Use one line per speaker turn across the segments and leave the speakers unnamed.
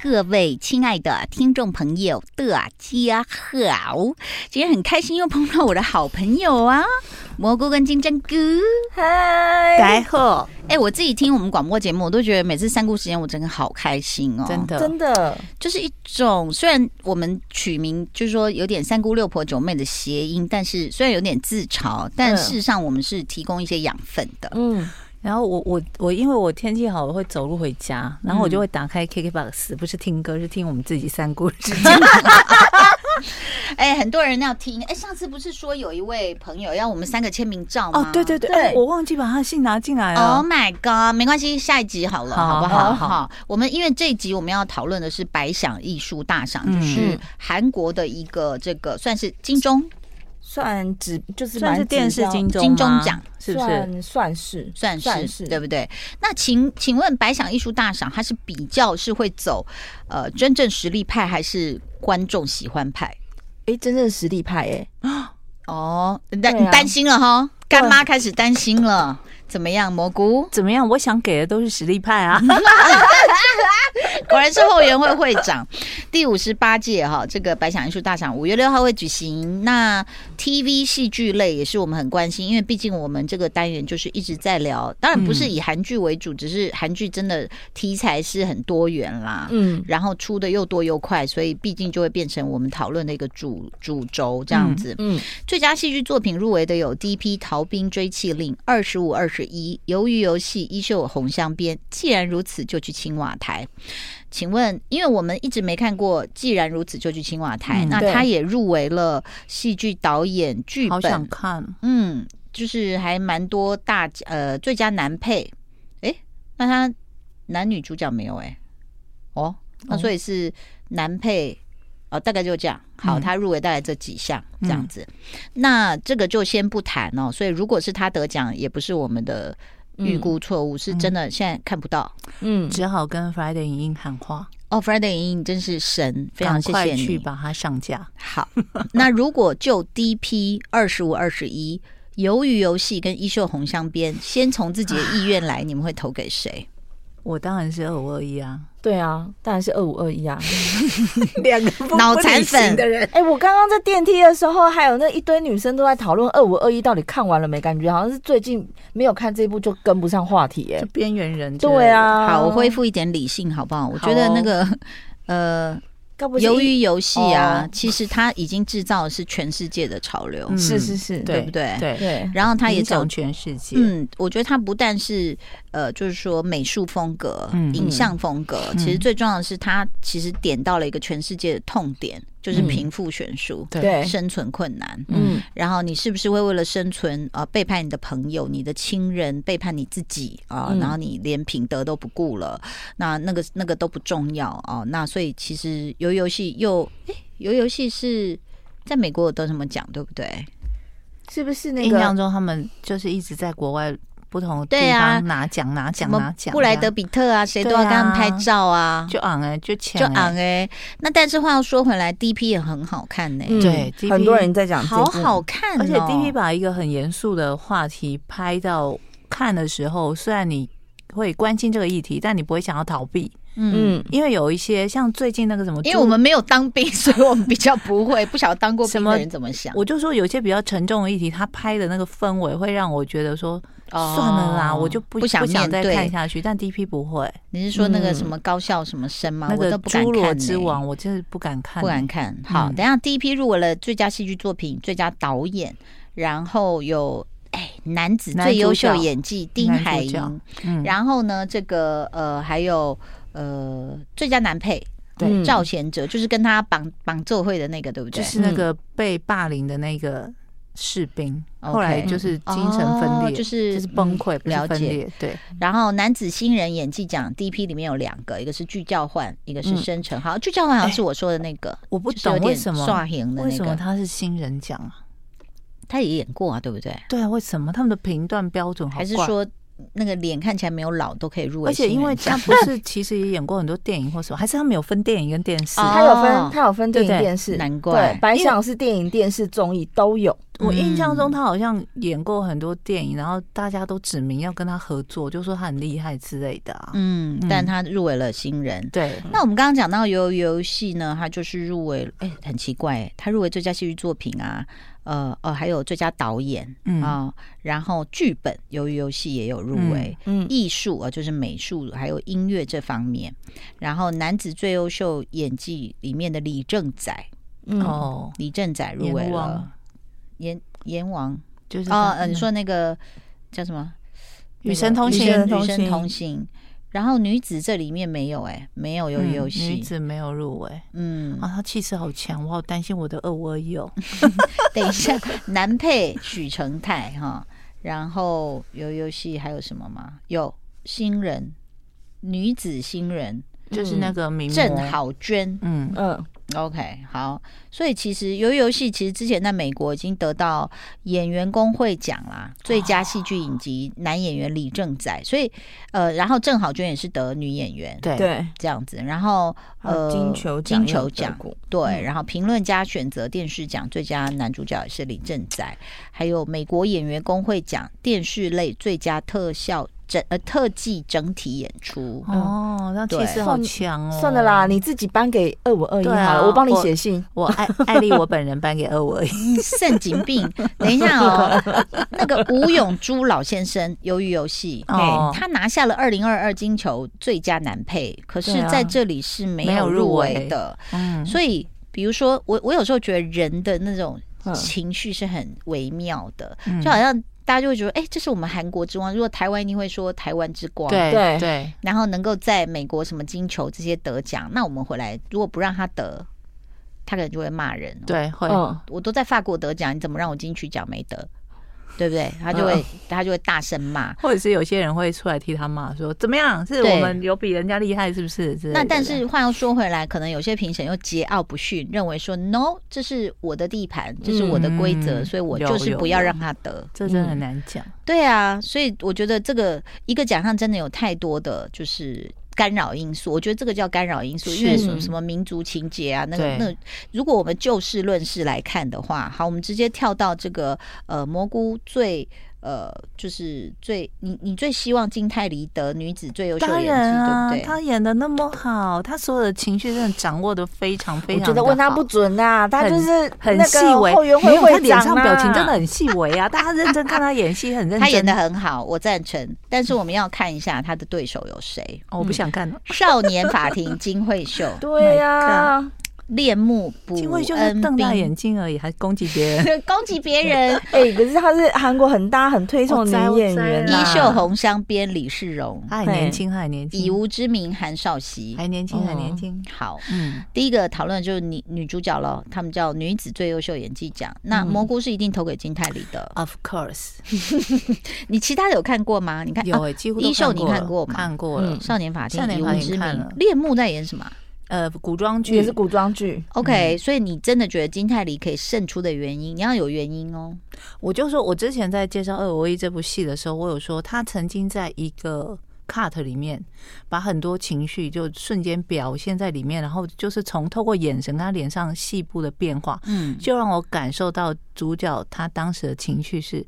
各位亲爱的听众朋友，大家好！今天很开心又碰到我的好朋友啊， 蘑菇跟金针菇。
嗨，
然后
哎、我自己听我们广播节目，我都觉得每次三姑时间，我真的好开心哦，
真的
真的，
就是一种虽然我们取名就是说有点三姑六婆九妹的谐音，但是虽然有点自嘲，但
嗯
事实上我们是提供一些养分的。
嗯，
然后我我我，因为我天气好，我会走路回家，然
嗯
后我就会打开 KKBOX，不是听歌，是听我们自己三姑之 间。
哎、很多人要听。哎、上次不是说有一位朋友要我们三个签名照吗？
哦，对对对，
对
哎我忘记把他信拿进来了
Oh。my god！没关系，下一集好了，
好
好不
好
好？
好
好，我们因为这一集我们要讨论的是百想艺术大赏，
嗯
就是韩国的一个这个算是金钟，
算指就是
算
蛮
是电视
指标
金钟
金钟
吗
奖
是不是？
算算是
算是
是
对不对？那请请问百想艺术大赏，它是比较是会走呃真正实力派还是观众喜欢派？
哎，真正实力派哎，
哦，担、
对啊
你担心了哈，干妈开始担心了，怎么样？蘑菇
怎么样？我想给的都是实力派 啊！
果然是后援会会长，第五十八届哈这个百想艺术大赏五月六号会举行。那 TV 戏剧类也是我们很关心，因为毕竟我们这个单元就是一直在聊，当然不是以韩剧为主，只是韩剧真的题材是很多元啦。
嗯，
然后出的又多又快，所以毕竟就会变成我们讨论的一个主主轴这样子。
嗯嗯
最佳戏剧作品入围的有《第一批逃兵追气令》《二十五二十一》《鱿鱼游戏》《衣袖红香边》。既然如此，就去青瓦台。请问，因为我们一直没看过《既然如此就去青瓦台》
嗯
那
对
他也入围了戏剧导演、剧
好想
本，
看，
嗯，就是还蛮多大呃最佳男配，诶，那他男女主角没有诶，哦，那
哦
所以是男配哦，大概就这样。好，
嗯
他入围大概这几项这样子，那这个就先不谈哦。所以如果是他得奖，也不是我们的
嗯
预估错误，是真的现在看不到。
嗯，
只好跟 Friday 影音喊话，
哦，Friday 莹莹真是神，非常
赶
谢
快
谢你。
去把它上架。
好， 那如果就 DP 二十五、二十一，鱿鱼游戏跟衣袖红香边，先从自己的意愿来，你们会投给谁？
我当然是二五二一 啊，
对啊，当然是二五二一啊。
两个不
脑残粉
的人，
哎，我刚刚在电梯的时候，还有那一堆女生都在讨论二五二一到底看完了没，感觉好像是最近没有看这一部就跟不上话题哎
就。边缘人。
对，啊，
好，我恢复一点理性，好不好？我觉得
好哦
那个、 呃，
该不会是
鱿鱼游戏啊，
哦
其实它已经制造的是全世界的潮流，
嗯
是是是，
对不对？
对，
对，
然后它也
影
走
响全世界。
嗯，我觉得它不但是呃，就是说美术风格、
嗯
影像风格，
嗯
其实最重要的是，它其实点到了一个全世界的痛点，就是
嗯
贫富悬殊、
对
对
生存困难。
嗯
然后你是不是会为了生存呃背叛你的朋友、你的亲人、背叛你自己啊、
嗯
然后你连品德都不顾了，那那个那个都不重要啊、那所以其实游游戏又诶，游游戏是在美国有得什么奖，对不对？
是不是那
印象
个？
中他们就是一直在国外不同的
对
地
啊
方拿奖拿
什
奖拿
么
奖，
布莱德比特啊，谁都要
对啊
跟他们拍照啊，
就昂哎，就抢
就
欸
昂哎、那但是话又说回来，DP 也很好看呢、
嗯
对，DP 嗯
很多人在讲这
好
部
好，看、哦，
而且 DP 把一个很严肃的话题拍到看的时候，虽然你会关心这个议题，但你不会想要逃避，
嗯。
嗯，
因为有一些像最近那个什么，
因为我们没有当兵，所以我们比较不会，不晓得当过兵的人怎么想。
我就说有一些比较沉重的议题，他拍的那个氛围会让我觉得说、
哦
算了啦，我就不
不想面
再
对
看下去。但 DP 不会，
你是说那个什么高校什么生吗？
那
我
个
都
《
不敢
侏
看、欸
罗之王》，，我真是不敢看，
不敢看。好，
嗯
等一下第一批入围了最佳戏剧作品、最佳导演，然后有哎男子
男主
最优秀
角
演技丁
男主
海
角
寅，
嗯，
然后呢这个呃还有呃最佳男配哦
对
嗯
赵贤哲，就是跟他绑绑奏会的那个，对不对？
就是那个被霸凌的那个士兵，
OK
后来就是精神分
哦
裂，
就是
就是崩溃，不
了
是
解
分裂，对，
然后男子新人演技奖第一批里面有两个，一个是具教焕，一个是
嗯
申成豪。具教焕好像是我说的那个，
我不
就是有
懂为
点
什么
刷屏的
为
那
什么
个，
他是新人奖啊？
他也演过啊，对不对？
对啊，为什么他们的评断标准好
还是
怪
说那个脸看起来没有老，都可以入围
而
新
且
人
因
奖。
为他不 是其实也演过很多电影或什么，还是他们有分电影跟电视。
哦
他有分，
哦
他有分电
对
影、
对
电视，
难怪
对白想是电影、电视、综艺都有。
我印象
嗯
中他好像演过很多电影，然后大家都指名要跟他合作，就说他很厉害之类的啊。
嗯，
嗯
但他入围了新人。
对，
那我们刚刚讲到游游戏呢，它就是入围，哎、很奇怪、它入围最佳戏剧作品啊，呃呃，还有最佳导演
嗯
啊、然后剧本，由于游戏也有入围。
嗯，
艺术啊，呃就是美术还有音乐这方面，然后男子最优秀演技里面的李正宰，
嗯
哦，
李正宰嗯入
阎
围了
王
阎阎王
就是
哦，
他嗯
呃，你说那个叫什么？
与神同
女
行，
生
与神同
女生
行
同行。然后女子这里面没有哎、没有游
嗯
游
女
戏，
子没有入围
嗯，
啊，他气势好强，我好担心我的二五二一哦。
等一下，男配许成泰哈，然后游游戏还有什么吗？有新人，女子新人
就是那个名模
郑，好娟。
嗯，
嗯，
OK，好，所以其实游游戏其实之前在美国已经得到演员工会奖啦，最佳戏剧影集男演员李正宰，所以呃，然后郑好娟也是得女演员
对，
对，
这样子，然后
还有
呃
金球奖
金球
也有得
奖
过嗯
对，然后评论家选择电视奖最佳男主角也是李正宰，还有美国演员工会奖电视类最佳特效整呃特技整体演出。
哦，那气势
嗯对
好强哦。
算了啦，，你自己颁给二五二一好
对啊
了，我帮你
我
写信。
我艾 艾丽，我本人颁给二五二一。
肾疾病，等一下哦， 那个吴永珠老先生，由于游戏。
哦，
他拿下了二零二二金球最佳男配，可是
对啊
在这里是没
没
有
有
入
入
围
围
的。
嗯，
所以，比如说我，我有时候觉得人的那种
嗯
情绪是很微妙的，
嗯
就好像大家就会觉得，哎、这是我们韩国之光。如果台湾一定会说台湾之光，
对
对
对，
然后能够在美国什么金球这些得奖，那我们回来如果不让他得，他可能就会骂人、，哦
对，会，
嗯，
我都在法国得奖，你怎么让我金曲奖没得？对不 对？他就会、他就会大声骂。
或者是有些人会出来替他骂，说怎么样，是
对
我们有比人家厉害，是不是？之类的
那但是话又说回来，可能有些评审又桀骜不驯，认为说 no，这是我的地盘，这是我的规则，
嗯
所以我
有
就是
有
不要
有
让他得。
这真的很难讲。
对啊，所以我觉得这个一个奖项真的有太多的就是干扰因素，我觉得这个叫干扰因素，因为
是
什么什么民族情节啊，那个
对
那如果我们就事论事来看的话，好，我们直接跳到这个呃蘑菇最。呃，就是最你你最希望金泰梨得女子最优秀
当
演技，
然啊，
对不对？
他演的那么好，他所有的情绪真的掌握的非常非
我
常。
觉得问他不准呐，他
很
就是
很
那
细
个
微，
后援会
没有他
会
脸
长
上
啊
表情真的很细微啊。大家认真看他演戏，很认 真。
她演的很好，我赞成。但是我们要看一下她的对手有谁。
哦，我
嗯
不想看了。
少年法庭金惠秀、
对啊
Oh
呀，
恋慕补
金惠秀是
恩
瞪
嗯
大
斌
眼睛而已，还攻击别人。
攻击别 人。
哎，可是她是韩国很大很推崇的
我啊
女
知
演员啊
我
衣
知
呐，
袖红香边李世荣，
他很年轻，他很年
以
轻，
无之名韩少熙。
还年轻，
哦
还年轻。
好，
嗯，
第一个讨论就是女女主角咯，他们叫女子最优秀演技奖。那
嗯
蘑菇是一定投给金泰梨的，
Of course，
你其他的有看过吗？你看
有
啊
哦
诶，几乎
衣
都
袖
看
你
过了
看过吗
看过了
嗯。
少年法庭
少年
以
法
无
庭
之
看
名
了，
恋慕在演什么啊
呃，古装剧
也是古装剧。
？OK，所
嗯
以你真的觉得金泰梨可以胜出的原因，你要有原因哦。
我就说，我之前在介绍《二五一》这部戏的时候，我有说他曾经在一个 cut 里面，把很多情绪就瞬间表现在里面，然后就是从透过眼神跟他脸上细部的变化，
嗯，
就让我感受到主角他当时的情绪是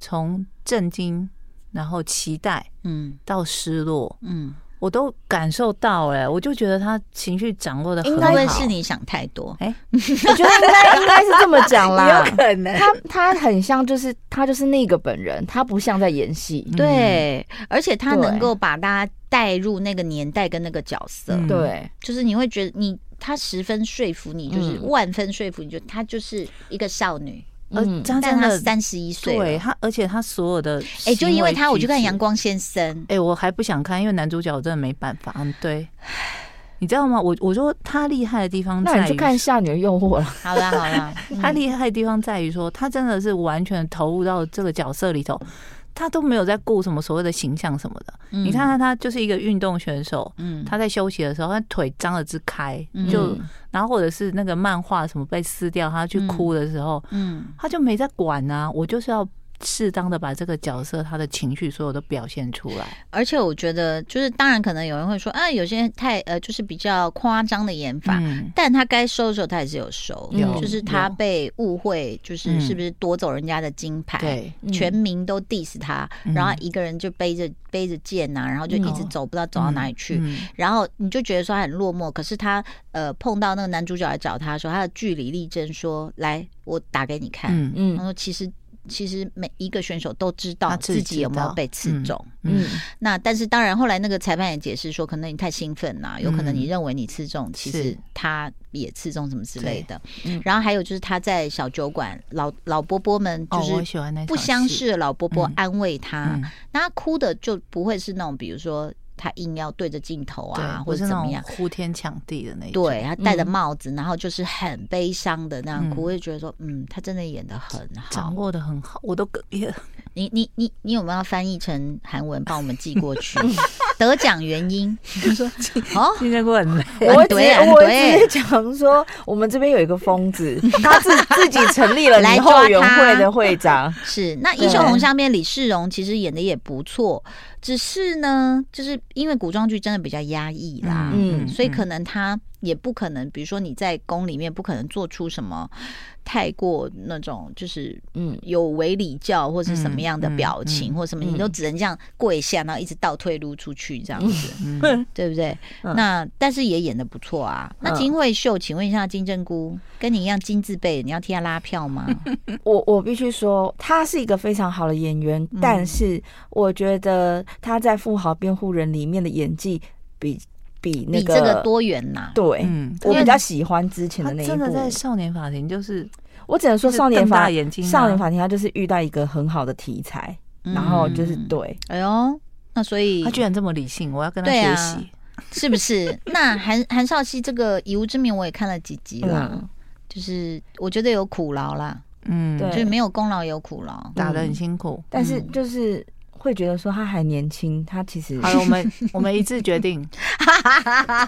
从震惊，然后期待
嗯
到失落，
嗯，
我都感受到哎、我就觉得他情绪掌握的
会
很
不
好，
会是你想太多？
我觉得应该应该是这么讲啦
也 有。可能
她她很像，就是她就是那个本人，她不像在演戏。
嗯
对，而且他能
对
够把大家带入那个年代跟那个角色，
嗯
对，
就是你会觉得你他十分说服你，就是
嗯
万分说服你，就他就是一个少女，
而
嗯
他
但
真
他
的
三十一岁了，
对他，而且他所有的行为举止，
哎，就因为他我去看《阳光先生》，
哎、我还不想看，因为男主角我真的没办法。嗯，对，你知道吗？我我说他厉害的地方
那
在
你去
于，
看《下女的诱惑》了。
好啦好 啦，
他厉害的地方在于说，他真的是完全投入到这个角色里头，他都没有在顾什么所谓的形象什么的。
嗯
你看，看他就是一个运动选手。
嗯，
他在休息的时候，他腿张了之开，
嗯
就然后或者是那个漫画什么被撕掉，他去哭的时候，
嗯
他就没在管啊。我就是要适当的把这个角色他的情绪所有都表现出来。
而且我觉得，就是当然可能有人会说，啊，有些太呃，就是比较夸张的演法，
嗯，
但他该收的时候他也是有收，
有
就是他
有
被误会，就是
嗯
是不是夺走人家的金牌？
对，
全
嗯
民都 diss 他，
嗯
然后一个人就背着背着剑呐、然后就一直
嗯
走，不知道走到哪里去。
嗯
然后你就觉得说他很哎落寞，可是他呃碰到那个男主角来找他的时候，他的据理力争说：“来，我打给你看。
嗯嗯
他
嗯
说：“其实其实每一个选手都知道
他自己
自己有没
知
有
道
被刺
嗯
中。
嗯
嗯，
那但是当然，后来那个裁判也解释说，可能你太兴奋啦，有可能
嗯
你认为你刺中，其实
是
他也刺中什么之类的
对嗯。
然后还有就是他在小酒馆，老老伯伯们哎就
哦，我
是
喜欢那
不
场
相
戏
识啊的老伯伯
嗯
安慰他
嗯，
那他哭的就不会是那种，比如说他硬要对着镜头啊，
对，
或
不
者
是
怎
那
么
种
样。
呼天抢地的那一种。
对他戴着
嗯
帽子，然后就是很悲伤的那样哭，
嗯
我就觉得说，嗯，他真的演的很好
掌。握的很好，我都哽咽了。
你你你你有没有要翻译成韩文帮我们寄过 去？得奖原因，他说 哦，
应该会很累。
我会直接
很对
我会
很
直接讲说，我们这边有一个疯子，他自自己成立了
来
你
抓
后援会
他
的会长，
是，那《
对
英雄红》下面李世荣其实演的也不错，只是呢，就是因为古装剧真的比较压抑啦，
嗯
所以可能他也不可能，比如说你在宫里面不可能做出什么太过那种就是
嗯，
有违礼教或是什么样的表情、
嗯嗯嗯
或什么，你都只能这样跪下，然后一直倒退撸出去这样子，
嗯
对不对？
嗯
那但是也演的不错啊。那
嗯
金惠秀，请问一下金针菇，跟你一样金字辈，你要替他拉票吗？
我我必须说，他是一个非常好的演员，
嗯
但是我觉得他在《富豪辩护人》里面的演技比比 那
比
个
这个多元呐、
对。
嗯，
我
因为
比较喜欢之前
他
的那一
真的在
部，
少年法庭就是
我只能说
就是
少年
瞪
法
大眼睛啊
少年法庭，他就是遇到一个很好的题材，然后就是
嗯
对，
哎呦，那所以
他居然这么理性，我要跟他
对啊
学习。
是不 是？那韩韩少熙这个《以无之名》我也看了几集啦，
嗯，
就是我觉得有苦劳啦，
嗯，
对
就是没有功劳有苦劳。
打得很辛苦。
但是
嗯
就是会觉得说他还年轻，他其实
嗯好 了，我 们我们一致决定，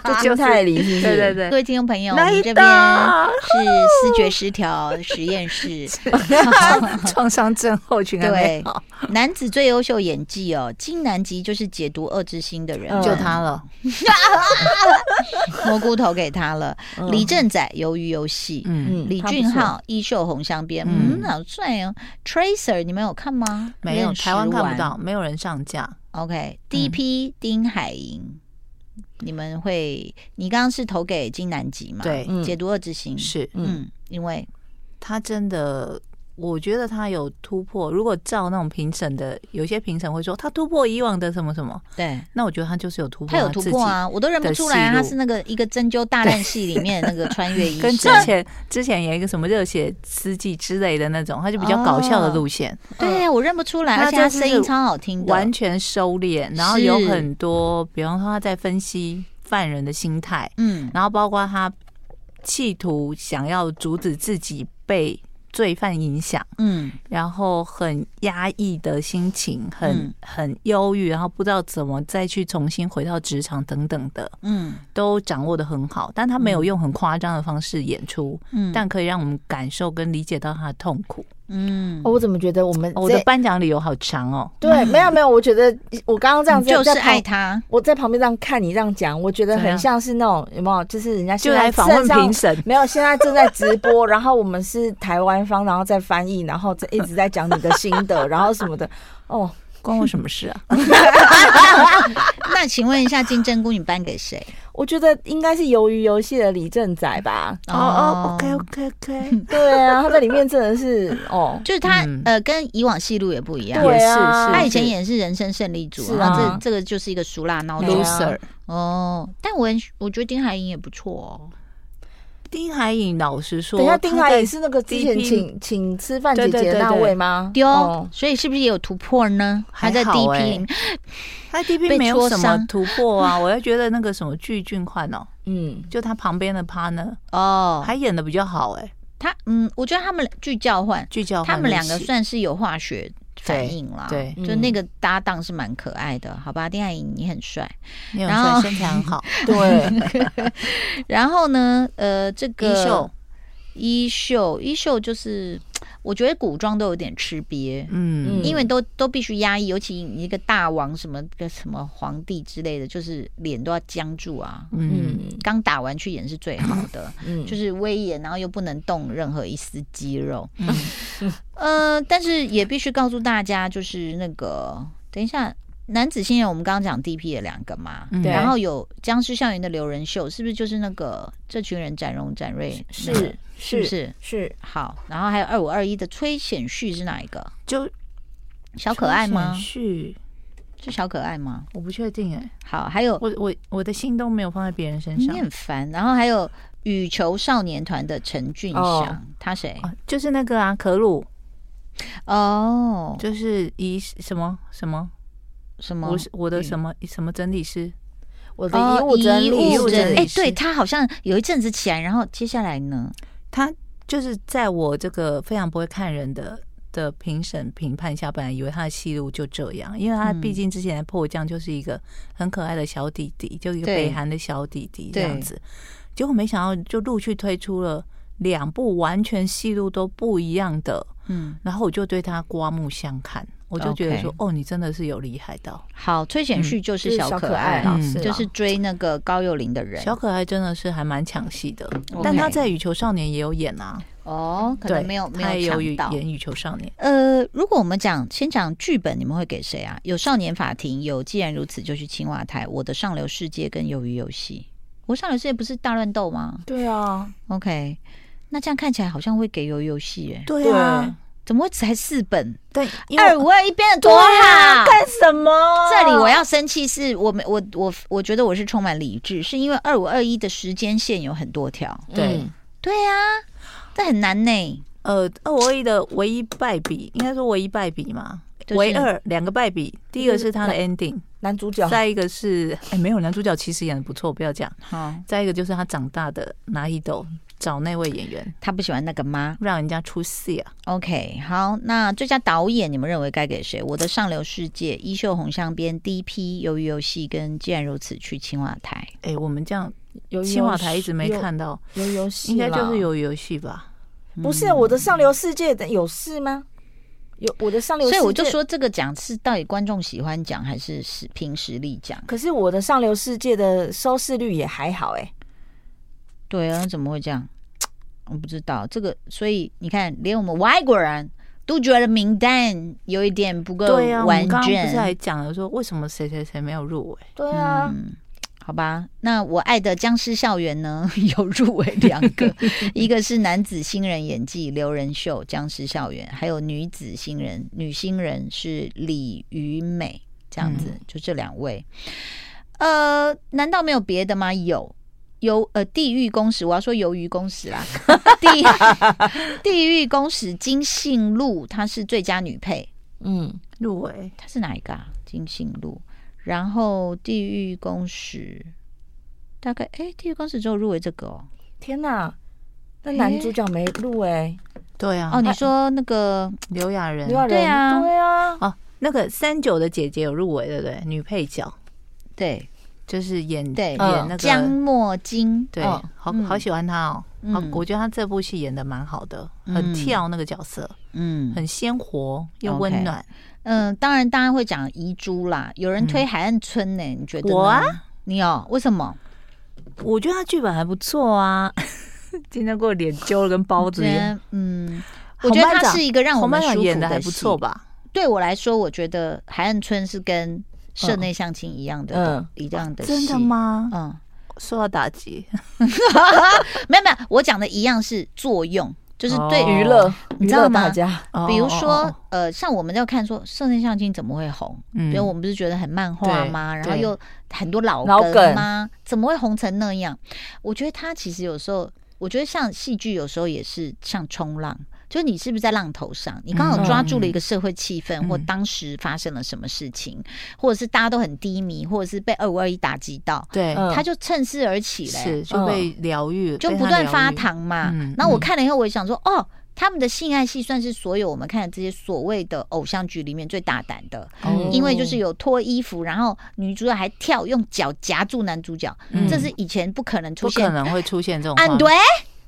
就金泰梨是不是？
对对
各
对，
位听众朋友，我
那
们
一
这边
档
是视觉失调实验室，
创伤症候群还没
对
好，
男子最优秀演技哦，金南吉就是解读恶之心的人，
嗯
就 他了。
蘑菇投给他了。
嗯
李正载《鱿鱼游戏》。
嗯，
李
他不
俊
错
浩、衣袖红镶边，嗯
嗯，
好帅哦。Tracer，你们有看吗？
没有，
认识
台湾看
完
不到，没有人上架。
OK，第
嗯
一批丁海寅，你们会，你刚刚是投给金南吉嘛？
对
嗯
解读二之心，
是
嗯
嗯，因为
他真的，我觉得他有突破。如果照那种评审的，有些评审会说他突破以往的什么什么，
对
那我觉得他就是有突破，
他有突破！啊，我都认不出来啊，
的戏
他
路
是那个一个针灸大战戏里面的那个穿越医
跟之
生，
前之前有一个什么热血司机之类的那种，他就比较搞笑的 路线，
对啊，我认不出来，
他
而且他
就是
声音超好听的，
完全收敛，然后有很多，比方说他在分析犯人的心态，
嗯
然后包括他企图想要阻止自己被罪犯影响，
嗯
然后很压抑的心情，很、
嗯
很忧郁，然后不知道怎么再去重新回到职场等等的，
嗯
都掌握的很好，但他没有用很夸张的方式演出，
嗯，
但可以让我们感受跟理解到他的痛苦。
嗯
哦，我怎么觉得我们
哦我
这
的颁奖理由好长哦，
对没有没有，我觉得我刚刚这样子
你就是
在旁
爱他，
我在旁边这样看你这样讲，我觉得
怎
很
样
像是那种有没有？就是人家
就
现在
来访问
正上
评 审。
没有，现在正在直播，然后我们是台湾方，然后在翻译，然后在一直在讲你的心得，然后什么的。哦，
关我什么事啊？
那请问一下金针菇，你颁给谁？
我觉得应该是《鱿鱼游戏》的李正宰吧。
哦哦，OK OK OK，
对啊，他在里面真的是哦，
就是他
嗯
呃，跟以往戏路也不一样，
对啊，
也是是
他以前也是人生胜利组，
是
然后
啊
这这个就是一个俗辣孬种
对啊
loser。
哦。但我很我觉得丁海寅也不错哦，
丁海寅老实说，
等一下，丁
他
海
在
也是那个之前
DP
请请吃饭姐姐的那位吗？
丢、
哦
所以是不是也有突破呢？他
还
在
好
DP
欸
里面，
他 DP
被
没有
戳
什么
伤
突破 啊。我要觉得那个什么具俊焕哦，
嗯，
就他旁边的 partner
哦，
还演的比较好哎，
他嗯，我觉得他们俩剧交换，
聚焦
他们两个算是有化学反应啦。
对
对
就
嗯
那个搭档是蛮可爱的，好吧？丁海寅你很帅。
你有
然后
算身材很 好，
对，
然后呢，呃，这
衣
个
袖
衣袖，衣袖就是我觉得古装都有点吃瘪，
嗯，
因为都都必须压抑，尤其一个大王什么个什么皇帝之类的，就是脸都要僵住啊。
嗯，
刚打完去演是最好的，
嗯
就是威严，然后又不能动任何一丝肌肉。
嗯
呃，但是也必须告诉大家，就是那个，等一下，男子新人我们刚刚讲 DP 的两个嘛，
嗯
对
然后有僵尸校园的刘仁秀，是不是就是那个这群人展荣展瑞？
是
那个是
是
不是？
是
好，然后还有二五二一的崔显旭是哪一个？
就
小可爱吗
陈？旭
是小可爱吗？
我不确定哎，
好，还有
我我我的心都没有放在别人身
你
上
很烦，然后还有羽球少年团的陈俊祥，
哦
他谁？
啊，就是那个啊，可鲁，
哦，
就是以什么什么，
什么嗯
我？是我的什么什么整理师，
我的
哦
遗物整理，
遗
遗
物
物
整
整
理。
理
哎，
师
对他好像有一阵子起来，然后接下来呢？
他就是在我这个非常不会看人的。的评审评判下，本来以为他的戏路就这样，因为他
嗯
毕竟之前的破降就是一个很可爱的小弟弟，就一个
对
北韩的小弟弟这样
对
子。结果没想到，就陆续推出了两部完全戏路都不一样的，
嗯，
然后我就对他刮目相看，我就觉得说
OK
哦，你真的是有厉害到。
好，崔显旭就是
是
小
小
可
可
爱
爱
了
啦，
嗯
是啦
就是追那个高幼霖的人
小。可爱真的是还蛮抢戏的
OK
但他在《羽球少年》也有演啊，
哦，可
对，
能没有没
他也有
抢到。
演《羽球少年》。
呃，如果我们讲先讲剧本，你们会给谁啊？有《少年法庭》，有《既然如此就去青瓦台》，《我的上流世界》跟《鱿鱼游戏》。我上流世界不是大乱斗吗
对啊，
哦？OK，那这样看起来好像会给鱿鱼游戏耶？
对啊，
怎么会才四本？
但因
二
为我
五二一编的多
啊
好！
干什么？
这里我要生气，是我没我我我觉得我是充满理智，是因为二五二一的时间线有很多条。
对
嗯
对啊，这很难呢、
呃，二五二一的唯一败笔，应该说唯一败笔嘛。
就是嗯
唯二两个败笔，第一个是他的
那
ending，
男主
哦
角
再一个是哎没有男主角其实演的不错，不要讲。
好，
再一个就是他长大的拿一斗找那位演员，
他不喜欢那个妈。
让人家出戏啊。
OK，好，那最佳导演你们认为该给谁？《我的上流世界》《衣袖红香边》《第一批鱿鱼游戏》跟《既然如此去青瓦台
哎，我们这样
有
青瓦台一直没，看到，
有有游戏
应该就是
啦
有游戏吧？
不是我的上流世界的有事吗？有我的上》，流，
所以我就，说这个奖是到底观众喜欢讲还是实凭实力奖？
可是我的上流世界的收视率也还好哎、
对啊，怎么会这样？我不知道这个，所以你看，连我们外国人都觉得名单有一点不够
对啊，我
完
们刚刚不
整。
是还讲了说为什么谁谁谁没有入围？
对啊，
嗯，好吧，那我爱的僵尸校园呢， 有入围两个，一个是男子新人演技刘仁秀《僵尸校园》，还有女子新人女新人是李于美，这样子，就这两位。呃，难道没有别的吗？有。鱿呃，地狱公使，我要说鱿鱼公使啦。 地地狱公使金信露，她是最佳女配，
嗯，
入围
他是哪一个啊？金信路，然后地狱公使，大概哎，地狱公使只有入围这个哦。
天哪，那男主角没入哎、
对啊，
哦，你说那个
刘亚仁
刘亚仁
对啊
对啊，
哦，那个三九的姐姐有入围，对不对？女配角
对
就是演
对
演
嗯
那个
江墨金，
对，
哦
好
嗯
好喜欢她哦。好
嗯，
我觉得她这部戏演的蛮好的，
嗯
很跳那个角色，
嗯
很鲜活又温暖。
嗯，当然大家会讲遗珠啦，有人推海岸村呢，你觉得呢？
嗯我啊
你哦，为什么？
我觉得她剧本还不错啊， 今天给我脸揪了跟包子一样。
嗯，
红
我觉得
班
它
长
是一个让我
红
们舒
班长
服
啊演的还
的
不
戏
错。吧？
对我来说，我觉得海岸村是跟社内相亲一样的
嗯，
一样的戏
嗯啊真的？吗？
嗯，
哦受到打击，
没有没有，我讲的一样是作用，就是对
哦
娱乐
你
娱
知道
乐
吗
大家，
比如
哦哦
说
哦，
呃，像我们要看说室内相亲怎么会红？
嗯
比如我们不是觉得很漫画
对
吗？然后
对
又很多老
老
梗
梗
吗？怎么会红成那样？我觉得它其实有时候，我觉得像戏剧有时候也是像冲浪，就是你是不是在浪头上？你刚好抓住了一个社会气氛，
嗯
或当时发生了什么事情，或者是大家都很低迷，或者是被二五二一打击到，
对，
嗯
他就趁势而起嘞。
是就被疗愈，
嗯就
被
不
她
断
疗
发
愈。
糖嘛
嗯。
那我看了以后，我也想说，哦，他们的性爱戏算是所有我们看的这些所谓的偶像剧里面最大胆的，
哦
因为就是有脱衣服，然后女主角还跳，用脚夹住男主角，
嗯
这是以前不可能出
不可
现。
能会出现这种画
安
面
对，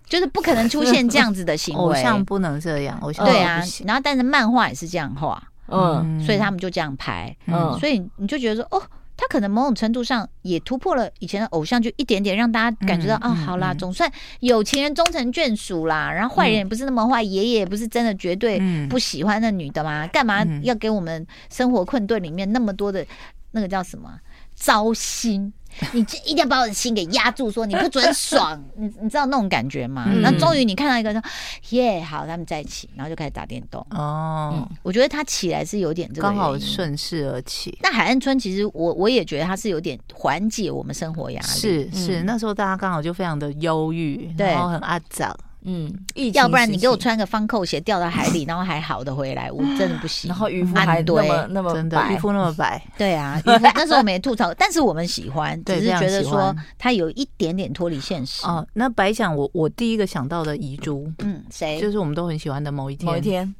就是不可能出现这样子的行为。
偶像不能这样，偶像
对啊
不行，
然后但是漫画也是这样画，
嗯
所以他们就这样拍，
嗯
所以你就觉得说，哦，他可能某种程度上也突破了以前的偶像剧一点点，让大家感觉到
嗯
啊，好啦，
嗯
总算有情人终成眷属啦，然后坏人也不是那么坏，爷爷也不是真的绝对
嗯
不喜欢那女的嘛，干嘛
嗯
要给我们生活困顿里面那么多的那个叫什么糟心？你这一定要把我的心给压住，说你不 准爽，你你知道那种感觉吗？
嗯
然后终于你看到一个说，耶，好，他们在一起，然后就开始打电动。
哦，
嗯，我觉得他起来是有点这个
刚好
原因。
顺势而起。
那海岸村其实我我也觉得它是有点缓解我们生活压力，
是是，
嗯
那时候大家刚好就非常的忧郁，
对
然后很阿杂，
嗯，疫情
要不然你给我
时期，
穿个方扣鞋掉到海 里，然后还好的回来，我真的不行。
然后渔夫
啊
还那
对
么那么
嗯真的
白
渔夫那么白，
对啊，渔夫那时候我们也吐槽，但是我们喜欢，只
对
是
非常
觉得
喜
说
欢
它有一点点脱离现实。
哦，那白讲我我第一个想到的遗珠，
嗯，谁？
就是我们都很喜欢的某一天，啊
某一天，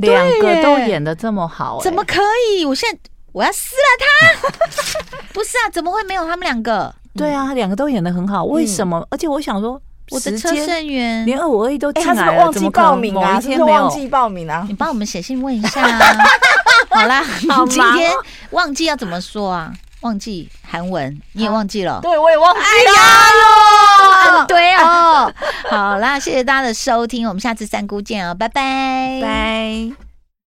两
耶
个都演的这么好、哎
怎么可以？我现在我要撕了他！ 不是啊，怎么会没有他们两个？
对啊？两个都演的很
嗯
好，为什么？而且我想说，
我的
时
车
间
胜元，
连二五二一都
哎，
进
他是不
来
是
了，
忘
怎
记
么可
报
能
名
某
啊？是
一
不
天
是
没
忘
有？
记报名啊
你？帮我们写信问一下、 啊。好啦，
好忙哦
今天忘记要怎么说啊？忘记韩文，你也忘记了。
对，我也忘记
哎
啊
了。
对哦，好啦，谢谢大家的收听，我们下次三姑见哦，拜拜，
拜。